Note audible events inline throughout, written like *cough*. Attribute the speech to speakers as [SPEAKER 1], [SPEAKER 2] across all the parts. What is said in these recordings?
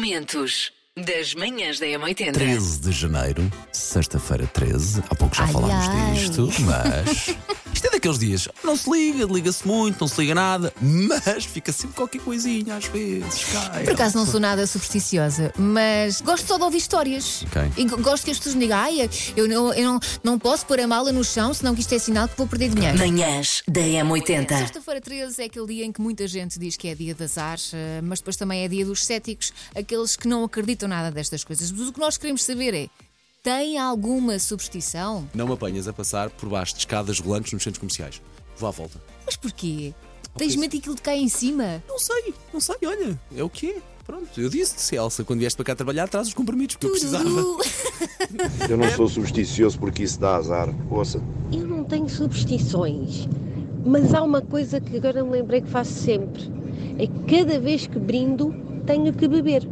[SPEAKER 1] Momentos das manhãs da M80.
[SPEAKER 2] 13 de janeiro, sexta-feira 13, há pouco já
[SPEAKER 3] Ai,
[SPEAKER 2] falámos
[SPEAKER 3] ai.
[SPEAKER 2] disto,
[SPEAKER 3] *laughs*
[SPEAKER 2] mas isto é daqueles dias, não se liga, liga-se muito, não se liga nada, mas fica sempre qualquer coisinha às vezes, cai.
[SPEAKER 3] Por acaso não sou nada supersticiosa, mas gosto só de ouvir histórias.
[SPEAKER 2] Ok.
[SPEAKER 3] E go- gosto que as pessoas me digam, ai, eu não, eu não, não posso pôr a mala no chão, senão que isto é sinal que vou perder dinheiro.
[SPEAKER 1] Manhãs da M80.
[SPEAKER 3] Sexta-feira 13 é aquele dia em que muita gente diz que é dia de azar, eh, mas depois também é dia dos céticos, aqueles que não acreditam nada destas coisas. Mas o que nós queremos saber é: tem alguma superstição?
[SPEAKER 2] Não me apanhas a passar por baixo de escadas rolantes nos centros comerciais. Vou à volta.
[SPEAKER 3] Mas porquê? Tens medo que aquilo te cai em cima?
[SPEAKER 2] Não sei, não sei, olha, é o que é. Pronto, eu disse-te, Elsa, quando vieste para cá trabalhar, traz os comprimidos, porque eu precisava.
[SPEAKER 3] Tururu.
[SPEAKER 4] Eu não sou supersticioso porque isso dá azar. Ouça,
[SPEAKER 5] Eu não tenho superstições, mas há uma coisa que agora me lembrei que faço sempre: é que cada vez que brindo, tenho que beber.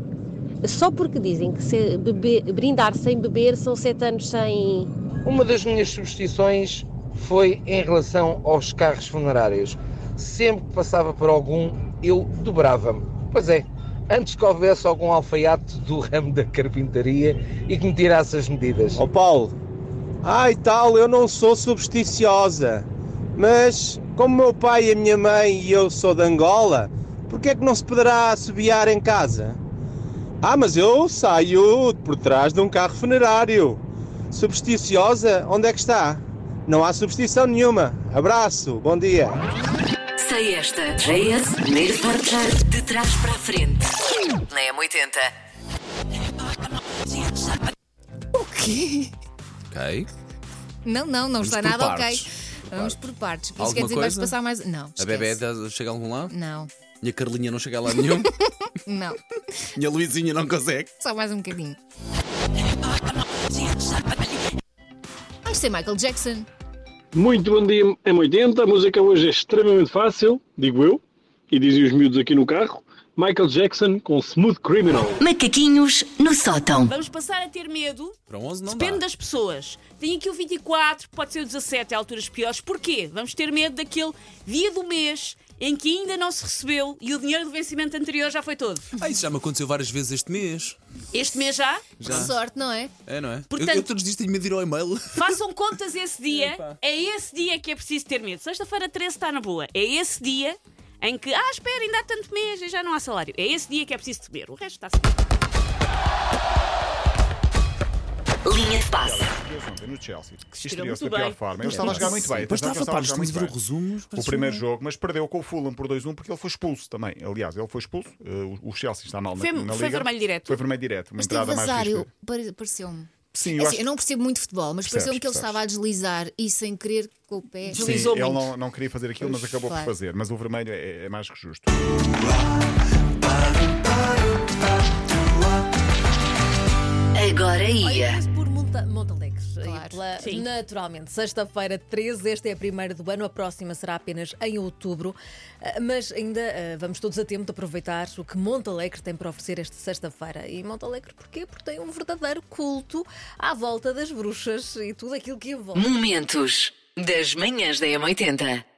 [SPEAKER 5] Só porque dizem que se beber- brindar sem beber são sete anos sem.
[SPEAKER 6] Uma das minhas substituições foi em relação aos carros funerários. Sempre que passava por algum, eu dobrava-me. Pois é, antes que houvesse algum alfaiate do ramo da carpintaria e que me tirasse as medidas.
[SPEAKER 7] Ó Paulo, ai tal, eu não sou supersticiosa, mas como meu pai e a minha mãe e eu sou de Angola, porque é que não se poderá assobiar em casa? Ah, mas eu saio por trás de um carro funerário. Supersticiosa, onde é que está? Não há superstição nenhuma. Abraço, bom dia.
[SPEAKER 1] Sei esta. JS, primeiro forjar de trás para a frente. Na M80.
[SPEAKER 3] o *laughs* quê?
[SPEAKER 2] Ok,
[SPEAKER 3] Não, não, não está
[SPEAKER 2] por
[SPEAKER 3] nada
[SPEAKER 2] partes.
[SPEAKER 3] ok. Vamos por partes. Isso
[SPEAKER 2] Alguma
[SPEAKER 3] quer dizer que vais
[SPEAKER 2] coisa?
[SPEAKER 3] passar mais.
[SPEAKER 2] a
[SPEAKER 3] Não.
[SPEAKER 2] é
[SPEAKER 3] esquece.
[SPEAKER 2] bebé dá- chega a algum lado,
[SPEAKER 3] Não,
[SPEAKER 2] minha Carlinha não chega a lado
[SPEAKER 3] *laughs*
[SPEAKER 2] nenhum,
[SPEAKER 8] *laughs*
[SPEAKER 3] não.
[SPEAKER 2] minha Luizinha não consegue.
[SPEAKER 3] Só mais um bocadinho. Ah, isto é Michael Jackson.
[SPEAKER 9] Muito bom dia, M80. A música hoje é extremamente fácil, digo eu, e dizem os miúdos aqui no carro. Michael Jackson com Smooth Criminal.
[SPEAKER 1] Macaquinhos no sótão.
[SPEAKER 10] Vamos passar a ter medo.
[SPEAKER 2] Para 11 não
[SPEAKER 10] Depende
[SPEAKER 2] dá.
[SPEAKER 10] das pessoas. Tem aqui o 24, pode ser o 17, é alturas piores. Porquê? Vamos ter medo daquele dia do mês em que ainda não se recebeu e o dinheiro do vencimento anterior já foi todo.
[SPEAKER 2] Ah, isso já me aconteceu várias vezes este mês.
[SPEAKER 10] Este mês já?
[SPEAKER 2] Já.
[SPEAKER 3] Que sorte, não é?
[SPEAKER 2] É, não é? Eu- eu,
[SPEAKER 10] Portanto-
[SPEAKER 2] todos os dias tenho medo de ir ao e-mail.
[SPEAKER 10] Façam contas esse dia. É esse dia que é preciso ter medo. Sexta-feira 13 está na boa. É esse dia em que, ah, espera, ainda há tanto mês e já não há salário. É esse dia que é preciso temer. O resto está-se.
[SPEAKER 1] Linha de passe.
[SPEAKER 8] ontem no Chelsea.
[SPEAKER 10] estreou
[SPEAKER 8] Estreou-se da
[SPEAKER 10] muito
[SPEAKER 8] pior
[SPEAKER 10] bem.
[SPEAKER 8] forma. Ele estava a jogar muito bem.
[SPEAKER 2] Depois
[SPEAKER 8] atenção que
[SPEAKER 2] estava, pá,
[SPEAKER 8] ele
[SPEAKER 2] isto
[SPEAKER 8] estava a jogar
[SPEAKER 2] livro
[SPEAKER 8] muito bem. O
[SPEAKER 2] resumos.
[SPEAKER 8] primeiro jogo, mas perdeu com o Fulham por 2-1 porque ele foi expulso também. Aliás, ele foi expulso. Uh, o o Chelsea está mal na,
[SPEAKER 10] Foi-
[SPEAKER 8] na
[SPEAKER 10] foi
[SPEAKER 8] liga.
[SPEAKER 10] vermelho direto.
[SPEAKER 8] Foi vermelho direto. Uma
[SPEAKER 3] Mas teve
[SPEAKER 8] entrada mais
[SPEAKER 3] azar, eu-
[SPEAKER 8] risca.
[SPEAKER 3] pare- pareceu-me.
[SPEAKER 8] Sim,
[SPEAKER 3] É
[SPEAKER 8] eu
[SPEAKER 3] assim,
[SPEAKER 8] acho
[SPEAKER 3] eu não percebo muito futebol, mas
[SPEAKER 8] Percebes,
[SPEAKER 3] pareceu-me que ele
[SPEAKER 8] percebes.
[SPEAKER 3] estava a deslizar e sem querer com o pé.
[SPEAKER 8] Sim,
[SPEAKER 10] deslizou
[SPEAKER 8] ele
[SPEAKER 10] muito.
[SPEAKER 8] não, não queria fazer aquilo, mas acabou
[SPEAKER 3] Claro.
[SPEAKER 8] por fazer. Mas o vermelho é, é mais que justo.
[SPEAKER 1] Agora ia.
[SPEAKER 11] Olha, por Monta Montalegres.
[SPEAKER 3] Claro.
[SPEAKER 11] E pela-
[SPEAKER 10] Sim.
[SPEAKER 11] naturalmente, sexta-feira 13, este é a primeira do ano, a próxima será apenas em outubro. Ah, Mas ainda ah, vamos todos a tempo de aproveitar o que Montalegre tem para oferecer esta sexta-feira. E Montalegre porquê? Porque tem um verdadeiro culto à volta das bruxas e tudo aquilo que envolve.
[SPEAKER 1] Momentos das manhãs da M80.